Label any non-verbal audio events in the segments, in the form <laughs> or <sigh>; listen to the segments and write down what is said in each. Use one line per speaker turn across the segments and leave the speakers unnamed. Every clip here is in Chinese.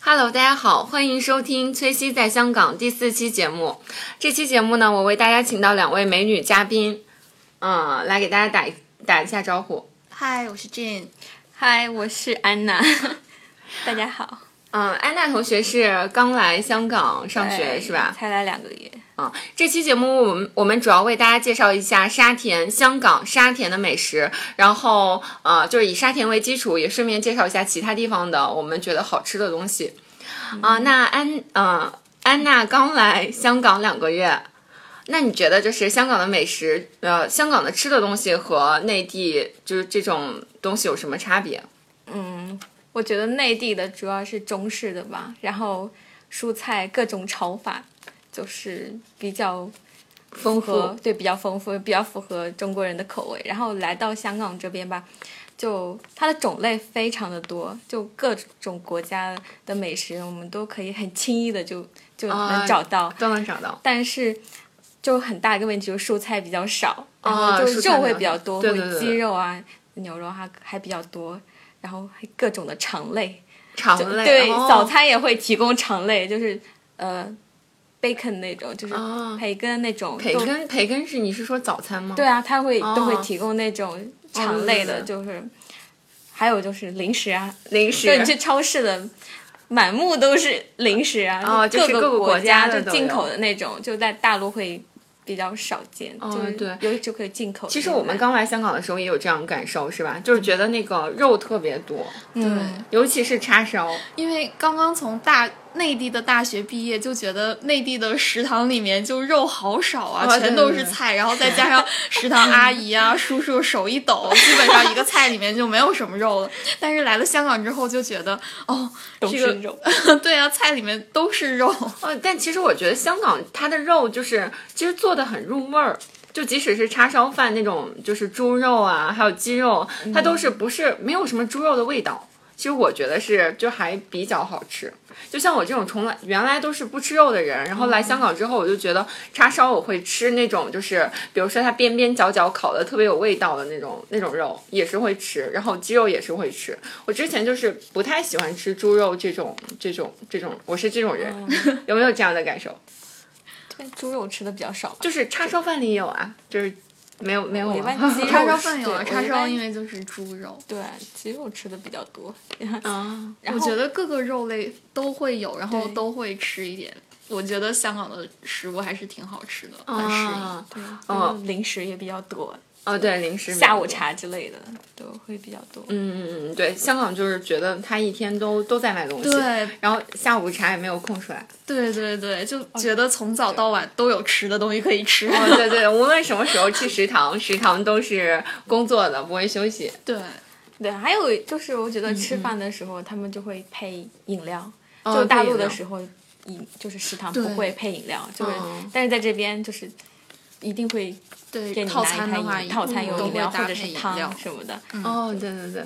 Hello，大家好，欢迎收听《崔西在香港》第四期节目。这期节目呢，我为大家请到两位美女嘉宾，嗯，来给大家打一打一下招呼。
嗨，我是 Jane。
嗨，我是安娜， <laughs> 大家好。
嗯，安娜同学是刚来香港上学
对
是吧？
才来两个月。
嗯，这期节目我们我们主要为大家介绍一下沙田，香港沙田的美食，然后呃，就是以沙田为基础，也顺便介绍一下其他地方的我们觉得好吃的东西。啊、那安呃安娜刚来香港两个月，那你觉得就是香港的美食，呃，香港的吃的东西和内地就是这种东西有什么差别？
嗯，我觉得内地的主要是中式的吧，然后蔬菜各种炒法就是比较
丰
和
富，
对比较丰富，比较符合中国人的口味。然后来到香港这边吧，就它的种类非常的多，就各种国家的美食我们都可以很轻易的就就
啊
能找到。
都能找到。
但是就很大一个问题就是蔬菜比较少，
哦
然后
蔬
就
菜比较
肉会比较多，
少对对对
会鸡肉啊、牛肉还还比较多，然后还各种的肠类，
肠
就
类
对，
哦
早餐也会提供肠类，就是呃，bacon 那种，就是
哦
培根那种，
培
都
根，培根是你是说早餐吗？
对啊，他会、都会
哦
提供那种
对
肠类的，
对对
就是还有就是零食啊，
零
对，你去超市的，满目都是零食啊，
哦就是
各
各个国
国
家的
就
都
进口
有
的那种，就在大陆会比较少见，
哦
就是
对
有就可以进口的那种。
其实我们刚来香港的时候也有这样的感受，是吧？就是觉得那个肉特别多，
嗯，
尤其是叉烧。
因为刚刚从大内地的大学毕业，就觉得内地的食堂里面就肉好少啊，
哦对
全都
对
是
对
菜，然后再加上食堂阿姨啊、叔叔手一 <laughs> 抖，基本上一个菜里面就没有什么肉了。但是来了香港之后，就觉得 <laughs> 哦，
都
这个
是
<laughs>
肉，
对啊，菜里面都是 <laughs> 肉，
哦，但其实我觉得香港它的肉就是其实做的很入味儿。就即使是叉烧饭那种，就是猪肉啊，还有鸡肉，它都是不是没有什么猪肉的味道。其实我觉得是就还比较好吃。就像我这种从来原来都是不吃肉的人，然后来香港之后，我就觉得叉烧我会吃那种，就是比如说它边边角角烤的特别有味道的那种那种肉也是会吃，然后鸡肉也是会吃。我之前就是不太喜欢吃猪肉这种这种这种，我是这种人， <laughs> 有没有这样的感受？
对猪肉吃的比较少吧。
就是叉烧饭里有啊，就是没有没有
我一般
啊
鸡肉
叉烧饭有啊，
对
叉
我一
烧
般
因为就是猪肉。
对啊鸡肉吃的比较多，
啊，
然
我
后
觉得各个肉类都会有，然后
对
都会吃一点。我觉得香港的食物还是挺好吃的，很适应。
啊
对，嗯
哦
然后零食也比较多，
哦对，零食
下
没
午
有
茶之类的都会比较多。
嗯嗯嗯，对，香港就是觉得他一天都都在买东西，
对
然后下午茶也没有空出来。
对对对，就觉得从早到晚都有吃的东西可以吃。
哦，对对，无论什么时候去食堂， <laughs> 食堂都是工作的，不会休息。
对，
对，还有就是我觉得吃饭的时候他们就会配饮料，
哦
就大
配饮
陆的
料
时候饮就是食堂
对
不会配饮料，就是、
哦
但是在这边就是一定会给
<laughs> 对
你
套
拿一
餐
盘
的话，
饮套餐
嗯
有
都
饮
会
料
搭
或者
配
是
饮料
汤。什么的，
哦，对对对，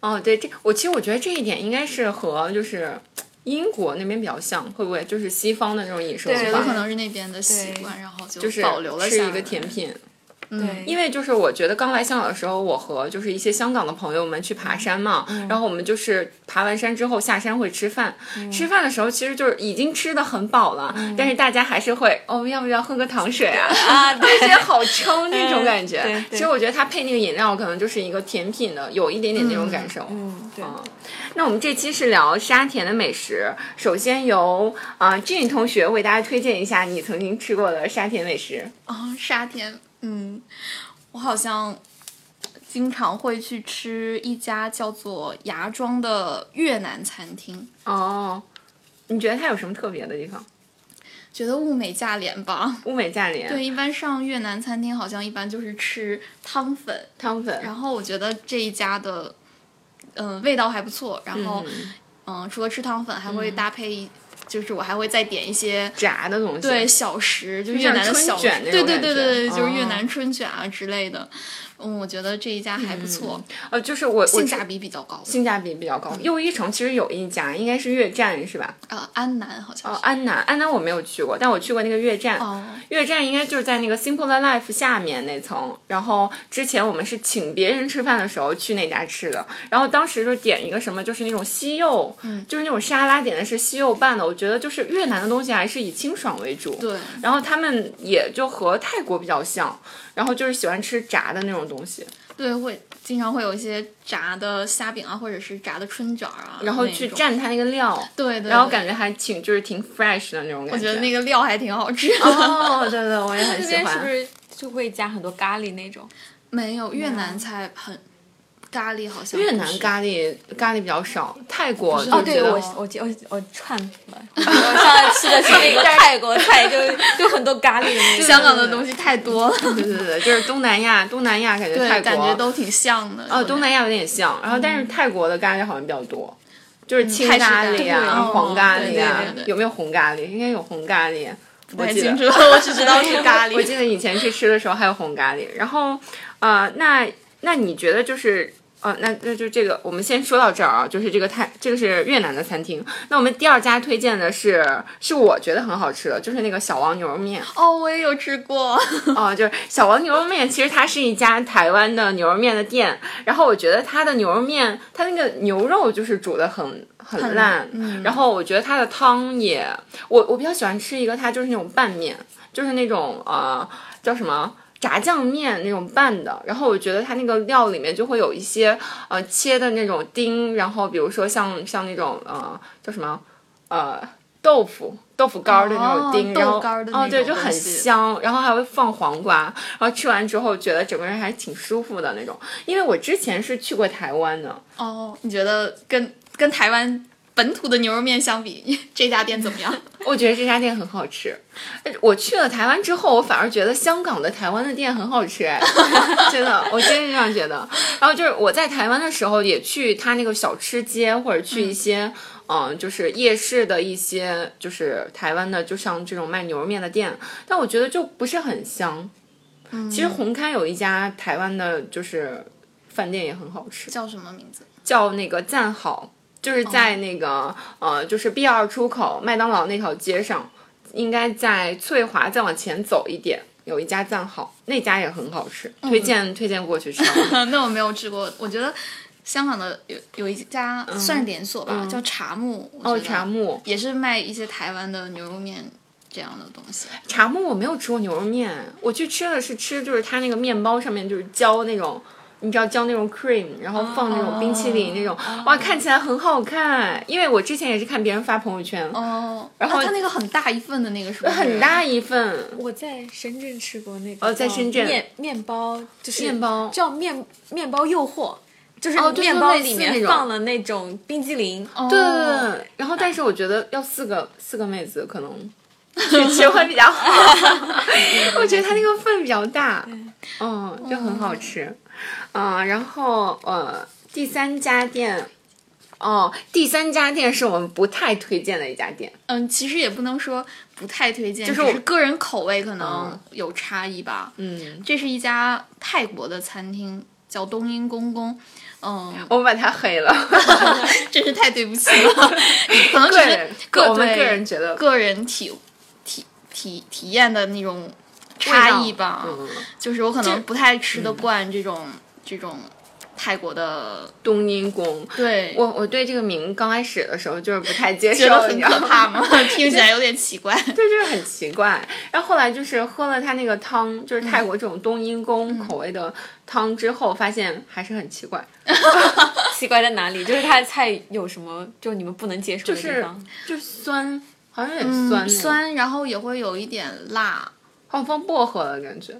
哦对，这我其实我觉得这一点应该是和就是英国那边比较像，会不会就是西方的那种饮食
对
文
有可
化？
能是那边的习惯，然后
就
就是保留了
吃
下
一个
来
甜品，
对，
因为就是我觉得刚来香港的时候，我和就是一些香港的朋友们去爬山嘛，
嗯
然后我们就是爬完山之后下山会吃饭，
嗯
吃饭的时候其实就是已经吃的很饱了，但是大家还是会，哦，要不要喝个糖水啊？ <laughs>
啊，对
而且好撑那种感觉
嗯对。对
其实我觉得它配那个饮料，可能就是一个甜品的，有一点点那种感受。
嗯，对，
那我们这期是聊沙田的美食，首先由啊 Jane 同学为大家推荐一下你曾经吃过的沙田美食。
啊，沙田，嗯，我好像经常会去吃一家叫做芽庄的越南餐厅，
哦，你觉得它有什么特别的地方？
觉得物美价廉吧。
物美价廉，
对，一般上越南餐厅好像一般就是吃汤粉，
汤粉，
然后我觉得这一家的，嗯、味道还不错。然后，
嗯
嗯、除了吃汤粉，还会搭配一，就是我还会再点一些
炸的东西，
对小食，就是
像
越南的
春
小
卷那
对
种
对
感
对
觉
对对，就是越
哦
南春卷啊之类的。嗯，我觉得这一家还不错，
呃，就是我我
性
知
价比比嗯较高。
性价比比较高。又一城其实有一家，应该是越站是吧？
呃，安南好像
哦
是。，
安南，安南我没有去过，但我去过那个越站。
哦
越站应该就是在那个 Simple Life 下面那层。然后之前我们是请别人吃饭的时候去那家吃的，然后当时就点一个什么，就是那种西柚，
嗯
就是那种沙拉，点的是西柚拌的。我觉得就是越南的东西还是以清爽为主。
对，
然后他们也就和泰国比较像，然后就是喜欢吃炸的那种东西，
对，会经常会有一些炸的虾饼啊，或者是炸的春卷儿啊，
然后
那
去
种。
蘸它那个料，
对对，
然后
对
感觉还挺就是挺 fresh 的那种感觉。
我觉得那个料还挺好吃的。 <laughs>
哦，对对，我也很
这
喜
边
<laughs>
是不
欢。
是就会加很多咖喱那种？
没有越南菜很咖喱，好像
嗯越
不
南
是
咖喱咖喱比较少，泰国
是
就
哦
觉得
我我我我串了，我上次吃的是那个泰国菜，就就很多咖喱的那种。
香港的东西太多了，
对对对，就是东南亚，东南亚感觉
<laughs> 对，
泰国
感觉都挺像的。
哦，东南亚有点像，然后但是泰国的咖喱好像比较多，就是青
嗯泰式
咖
咖
喱
喱
啊、
哦
黄咖喱啊
对对对，对
有没有红咖喱？应该有红咖喱，
不
我
太
记得
清楚，我只知道
<laughs>
<laughs> 是咖
我
喱。
记得以前去吃的时候还有红咖喱。然后，呃，那那你觉得就是，呃，那那就这个，我们先说到这儿啊，就是这个泰，这个是越南的餐厅。那我们第二家推荐的是，是我觉得很好吃的，就是那个小王牛肉面。
<laughs> 哦，我也有吃过，
哦，就是小王牛肉面，其实它是一家台湾的牛肉面的店。然后我觉得它的牛肉面，它那个牛肉就是煮的很很烂。
嗯
然后我觉得它的汤也，我我比较喜欢吃一个，它就是那种拌面，就是那种呃叫什么？炸酱面那种拌的，然后我觉得它那个料里面就会有一些呃切的那种丁，然后比如说像像那种呃叫什么呃豆腐豆腐干儿的那种
哦
丁，然后
豆干儿的那
哦对，就
种
很
东西
香，然后还会放黄瓜，然后吃完之后觉得整个人还挺舒服的那种。因为我之前是去过台湾的，
哦，你觉得跟跟台湾本土的牛肉面相比，这家店怎么样？
我觉得这家店很好吃。呃我去了台湾之后，我反而觉得香港的台湾的店很好吃，哎， <laughs> 真的，我真是这样觉得。然后就是我在台湾的时候，也去他那个小吃街，或者去一些。嗯就是夜市的一些，就是台湾的，就像这种卖牛肉面的店，但我觉得就不是很香。其实红磡有一家台湾的，就是饭店也很好吃，
<laughs> 叫什么名字？
叫那个赞好，就是在那个、呃，就是 B 二出口麦当劳那条街上，应该在翠华再往前走一点，有一家赞好，那家也很好吃，推荐、推荐过去吃。啊
<laughs> 嗯那我没有吃过，我觉得香港的有有一家算是连锁吧，叫茶木。嗯哦
哦，茶木，
也是卖一些台湾的牛肉面这样的东西。
茶木我没有吃过牛肉面，我去吃的是吃就是它那个面包上面就是浇那种。你知道浇那种 cream，然后放那种冰淇淋那种，哇，看起来很好看。因为我之前也是看别人发朋友圈，
哦，
然后
啊它那个很大一份的那个是不是？
很大一份，
我在深圳吃过那个，
哦在深圳
面面包就是
面包
叫面面包诱惑，就是
哦就是
面包
类似
里
那
面
种
放了那种冰激凌，
哦，
对对对，然后但是我觉得要四个四个妹子可
<laughs>
能去吃会比较好， <laughs> 我觉得它那个份比较大，嗯，就很好吃，嗯，然后呃，第三家店，哦，第三家店是我们不太推荐的一家店，
嗯，其实也不能说不太推荐，
就
就是嗯
我
是个人口味可能有差异吧。
嗯，
这是一家泰国的餐厅，叫冬阴公公。
<laughs>
嗯，
我们把它黑了，
真是太对不起
<laughs>
了，可能只
个
是
人个我们
对
个人觉得
个人体体体体验的那种 <laughs> 差异吧。
嗯，
就是我可能不太吃得惯这种、这种泰国的，
冬阴功。
对，
我我对这个名刚开始的时候就是不太接受，
觉得
你
很
知道
可
吗
怕
<laughs>
吗？听起来有点奇怪。
对，就是很奇怪。然后后来就是喝了他那个汤，就是
嗯
泰国这种冬阴功口味的汤之后，发现还是很奇怪，
奇怪在哪里？就是它的菜有什么就你们不能接受
就
的地
是
方？
就是酸，好像有点酸、
嗯酸，然后也会有一点辣，
好像放薄荷的感觉。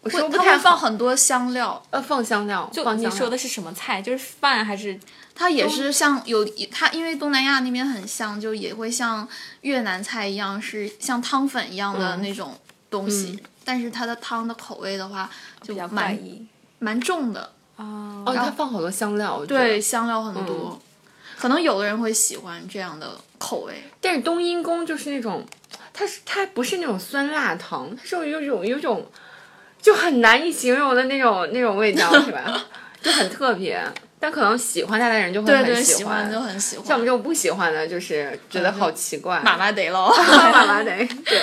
我说不
它
太
会放
好，
很多香料，
呃，放香料，
就
放
你
香料
说的是什么菜？就是饭还是
它也是像有它，因为东南亚那边很像，就也会像越南菜一样，是像汤粉一样的
嗯
那种东西。但是它的汤的口味的话，就
比较怪
蛮
异
蛮重的，
啊？
哦，它放好多香料，我觉得
对，。嗯香料很多。可能有的人会喜欢这样的口味，
但是冬阴功就是那种，它是它不是那种酸辣汤，它是有一种有一种就很难以形容的那种那种味道，是吧？ <laughs> 就很特别，但可能喜欢它的人就会
对
很
对，喜
欢。
欢就很喜欢。
像我们这种不喜欢的，就是觉得好奇怪。 <laughs>
麻麻得 <laughs> 喽，
麻麻的。对，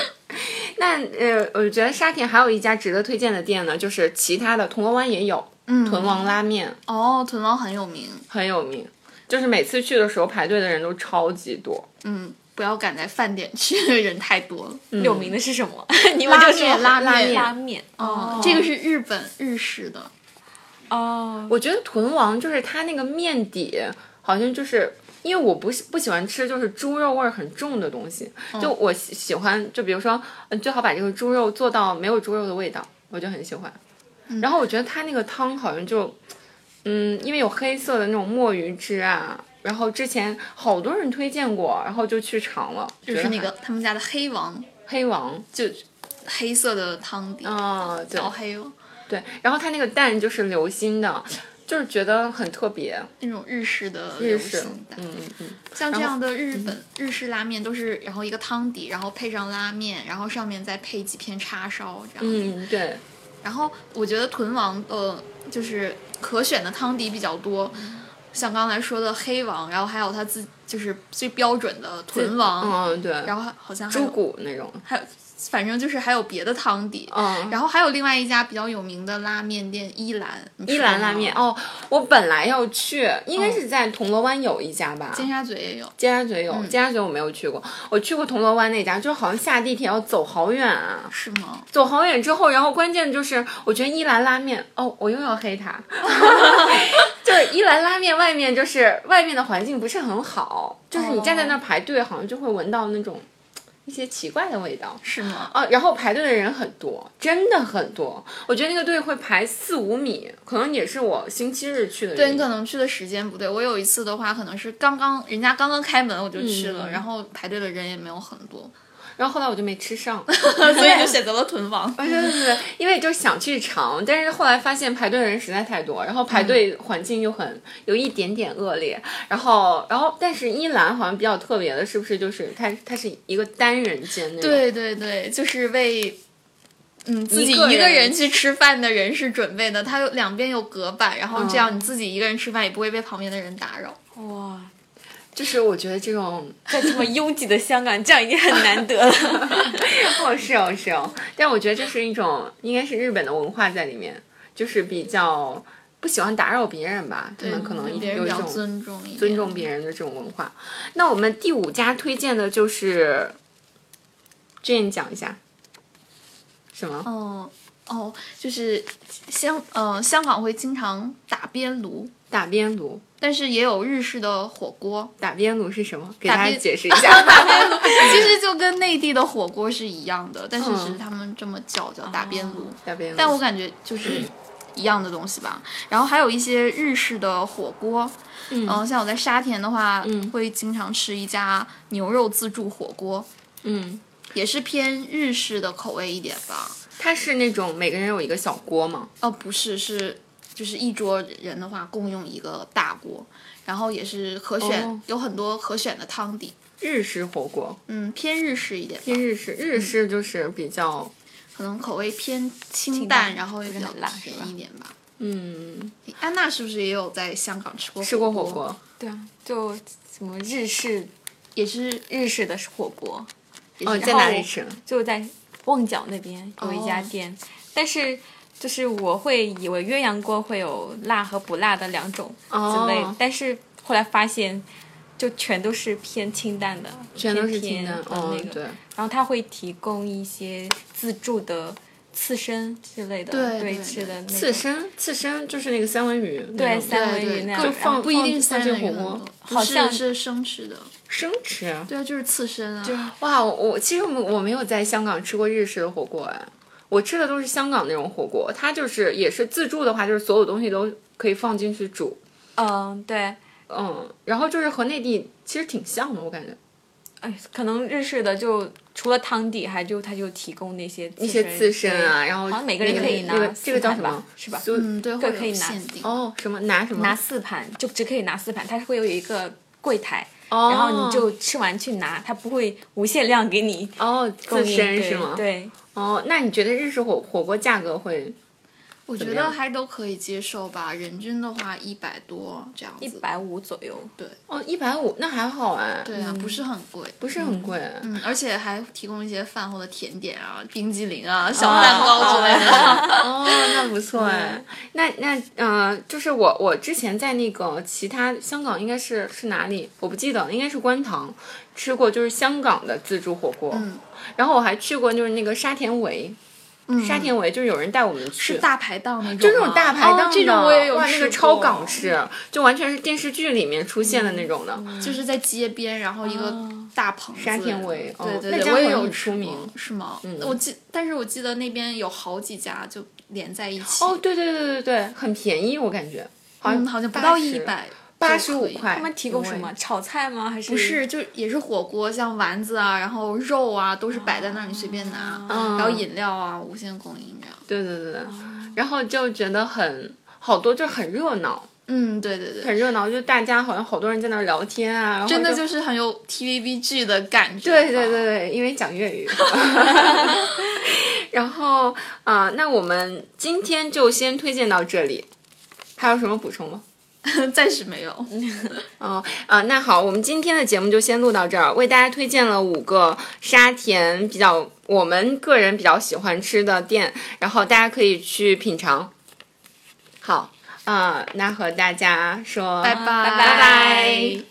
那呃，我觉得沙田还有一家值得推荐的店呢，就是其他的铜锣湾也有，嗯，豚王拉面
哦，豚王很有名，
很有名，就是每次去的时候排队的人都超级多。
嗯，不要赶在饭点去， <laughs> 人太多了。嗯，
有名的是什么？ <laughs> 你们就说
拉面拉面
拉面哦
这个是日本日式的，
哦，
我觉得豚王就是它那个面底好像就是。因为我不喜不喜欢吃就是猪肉味儿很重的东西，
嗯
就我喜喜欢就比如说，嗯，最好把这个猪肉做到没有猪肉的味道，我就很喜欢。
嗯
然后我觉得它那个汤好像就，嗯，因为有黑色的那种墨鱼汁啊，然后之前好多人推荐过，然后就去尝了，就
就是那个他们家的黑王，
黑王就
黑色的汤底，
啊、对
老黑哦，
对，然后它那个蛋就是流心的，就是觉得很特别，
那种日式的
日
流
式，
心蛋。
嗯嗯嗯。
像这样的日本日式拉面都是，然后一个汤底，然后配上拉面，然后上面再配几片叉烧这样。
嗯，对，
然后我觉得豚王呃，就是可选的汤底比较多，
嗯
像刚才说的黑王，然后还有它自就是最标准的豚王，
嗯，对，
然后好像还有
猪骨那种，
还有反正就是还有别的汤底。
嗯，
然后还有另外一家比较有名的拉面店伊兰，你吃
伊兰
过吗
拉面，哦，我本来要去，应该是在铜锣湾有一家吧，
尖沙咀也有。
尖沙咀有，
嗯
尖沙咀我没有去过，我去过铜锣湾那家，就好像下地铁要走好远啊，
是吗？
走好远之后，然后关键就是，我觉得伊兰拉面，哦，我又要黑它，就是伊兰拉面外面就是外面的环境不是很好，就是你
哦
站在那儿排队，好像就会闻到那种一些奇怪的味道。
是吗？
啊，然后排队的人很多，真的很多。我觉得那个队会排四五米，可能也是我星期日去的原
对
因。
你可能去的时间不对。我有一次的话，可能是刚刚人家刚刚开门我就去了，
嗯
然后排队的人也没有很多，
<laughs> 然后后来我就没吃上， <laughs>
所以就选择了豚王。
对对对对，因为就是想去尝，但是后来发现排队的人实在太多，然后排队环境又很、有一点点恶劣，然后然后但是伊兰好像比较特别的，是不是就是它它是一个单人间那种？
<laughs> 对对对，就是为嗯自己
一个人
一个人去吃饭的人是准备的，它有两边有隔板，然后
嗯
这样你自己一个人吃饭也不会被旁边的人打扰。
哇，
就是我觉得这种
在这么拥挤的香港，这样已经很难得了。 <laughs>
<laughs> 哦是哦是哦，但我觉得这是一种应该是日本的文化在里面，就是比较不喜欢打扰别人吧，他们可能
对别人
有
比
一
较
种
尊重一点，
尊重别人的这种文化。那我们第五家推荐的就是，这你讲一下，什么？
哦哦，就是香呃香港会经常打边炉，
打边炉？
但是也有日式的火锅。
打边炉是什么？给
打
大家
边
解
<laughs>
释一下。 <laughs>
其实就跟内地的火锅是一样的，
嗯
但是只是他们这么叫叫打边炉。
打边炉。
但我感觉就是一样的东西吧。然后还有一些日式的火锅，嗯，像我在沙田的话，
嗯
会经常吃一家牛肉自助火锅，
嗯，
也是偏日式的口味一点吧。
它是那种每个人有一个小锅嘛，
哦，不是，是就是一桌人的话，共用一个大锅，然后也是可选，
哦
有很多可选的汤底，
日式火锅，
嗯，偏日式一点吧，
偏日式，日式就是比较，
可能口味偏清
清
淡，
淡
然后也
不
比
是
较
很辣是吧
甜一点吧。
嗯，
诶安娜是不是也有在香港吃过
吃过火锅，
嗯
对啊，就什么日式
也是
日式的火锅，
哦，在哪里吃？
就在旺角那边有一家
哦
店，但是就是我会以为鸳鸯锅会有辣和不辣的两种之类，
哦
但是后来发现就全都是偏清淡的，
全都是
偏
清
甜
淡，
的
哦
那，个。
对，
然后他会提供一些自助的刺身之类的，
对
对
对
吃的那种
刺。身，刺身就是那个三文鱼，
对三
对
文
对
鱼那样，
就
然
放
后
不一定
放
是
进
哦三文鱼
火
很
锅
多，
好
不是
像
是生吃的，
生吃啊，
对啊，就是刺身啊，
哇，我我其实我我没有在香港吃过日式的火锅哎，我吃的都是香港那种火锅，它就是也是自助的话，就是所有东西都可以放进去煮，
嗯，对，
嗯，然后就是和内地其实挺像的，我感觉
哎，可能日式的就除了汤底，还就他就提供那些
一些刺身啊，
对
然后
好像每个人
那
可以拿
那个
四
这个叫
盘
什
吧
么
是吧
苏
嗯，对，
对
会
可以
有
拿
限定，
哦什么拿什么
拿四盘，就只可以拿四盘，它是会有一个柜台，
哦
然后你就吃完去拿，它不会无限量给你
哦，
供
自
应。
身
对
是吗？。
对，
哦，那你觉得日式火火锅价格会？
我觉
么样
得还都可以接受吧，人均的话一百多这样子。
一百五左右。
对
哦，一百五，那还好哎，
对啊，不是很贵，
不是很贵。嗯，
嗯，而且还提供一些饭后的甜点啊、冰激凌啊、小蛋糕之类的。
哦，那不错哎。那那嗯、呃就是我我之前在那个其他香港应该是是哪里，我不记得了，应该是观塘吃过，就是香港的自助火锅。
嗯，
然后我还去过就是那个沙田围，
嗯
沙田围就是有人带我们去。
是大排档那种吗，
哦就那种大排档的、
哦这种我也有
哇，
吃
那个超港，式，嗯就完全是电视剧里面出现的那种的。
就是在街边，然后一个大棚子，
沙田围哦
对对
那
对，
家
我也
好像
有
很出
吃
名嗯
过，是吗？我记，但是我记得那边有好几家就连在一起，
哦，对对对对对，很便宜，我感觉好像、
嗯，好像不到
80
一百，
八十五块。
他
他们提供什么？？炒菜吗？还是不
不是，就也是火锅，像丸子啊，然后肉啊，都是摆在那儿，你随便拿，然后饮料啊，无限供应这样。
哦嗯对对对对，
哦
然后就觉得很好多，就是很热闹，
嗯，对对对，
很热闹，就大家好像好多人在那儿聊天啊，然后
真的
就
就是很有 TVB 剧的感觉。
对对对，对，因为讲粤语。 <laughs> 然后啊、那我们今天就先推荐到这里，还有什么补充吗？
<laughs> 暂时没有。
哦啊、那好，我们今天的节目就先录到这儿，为大家推荐了五个沙田比较我们个人比较喜欢吃的店，然后大家可以去品尝。呃好，啊、那和大家说
拜
拜
拜
拜拜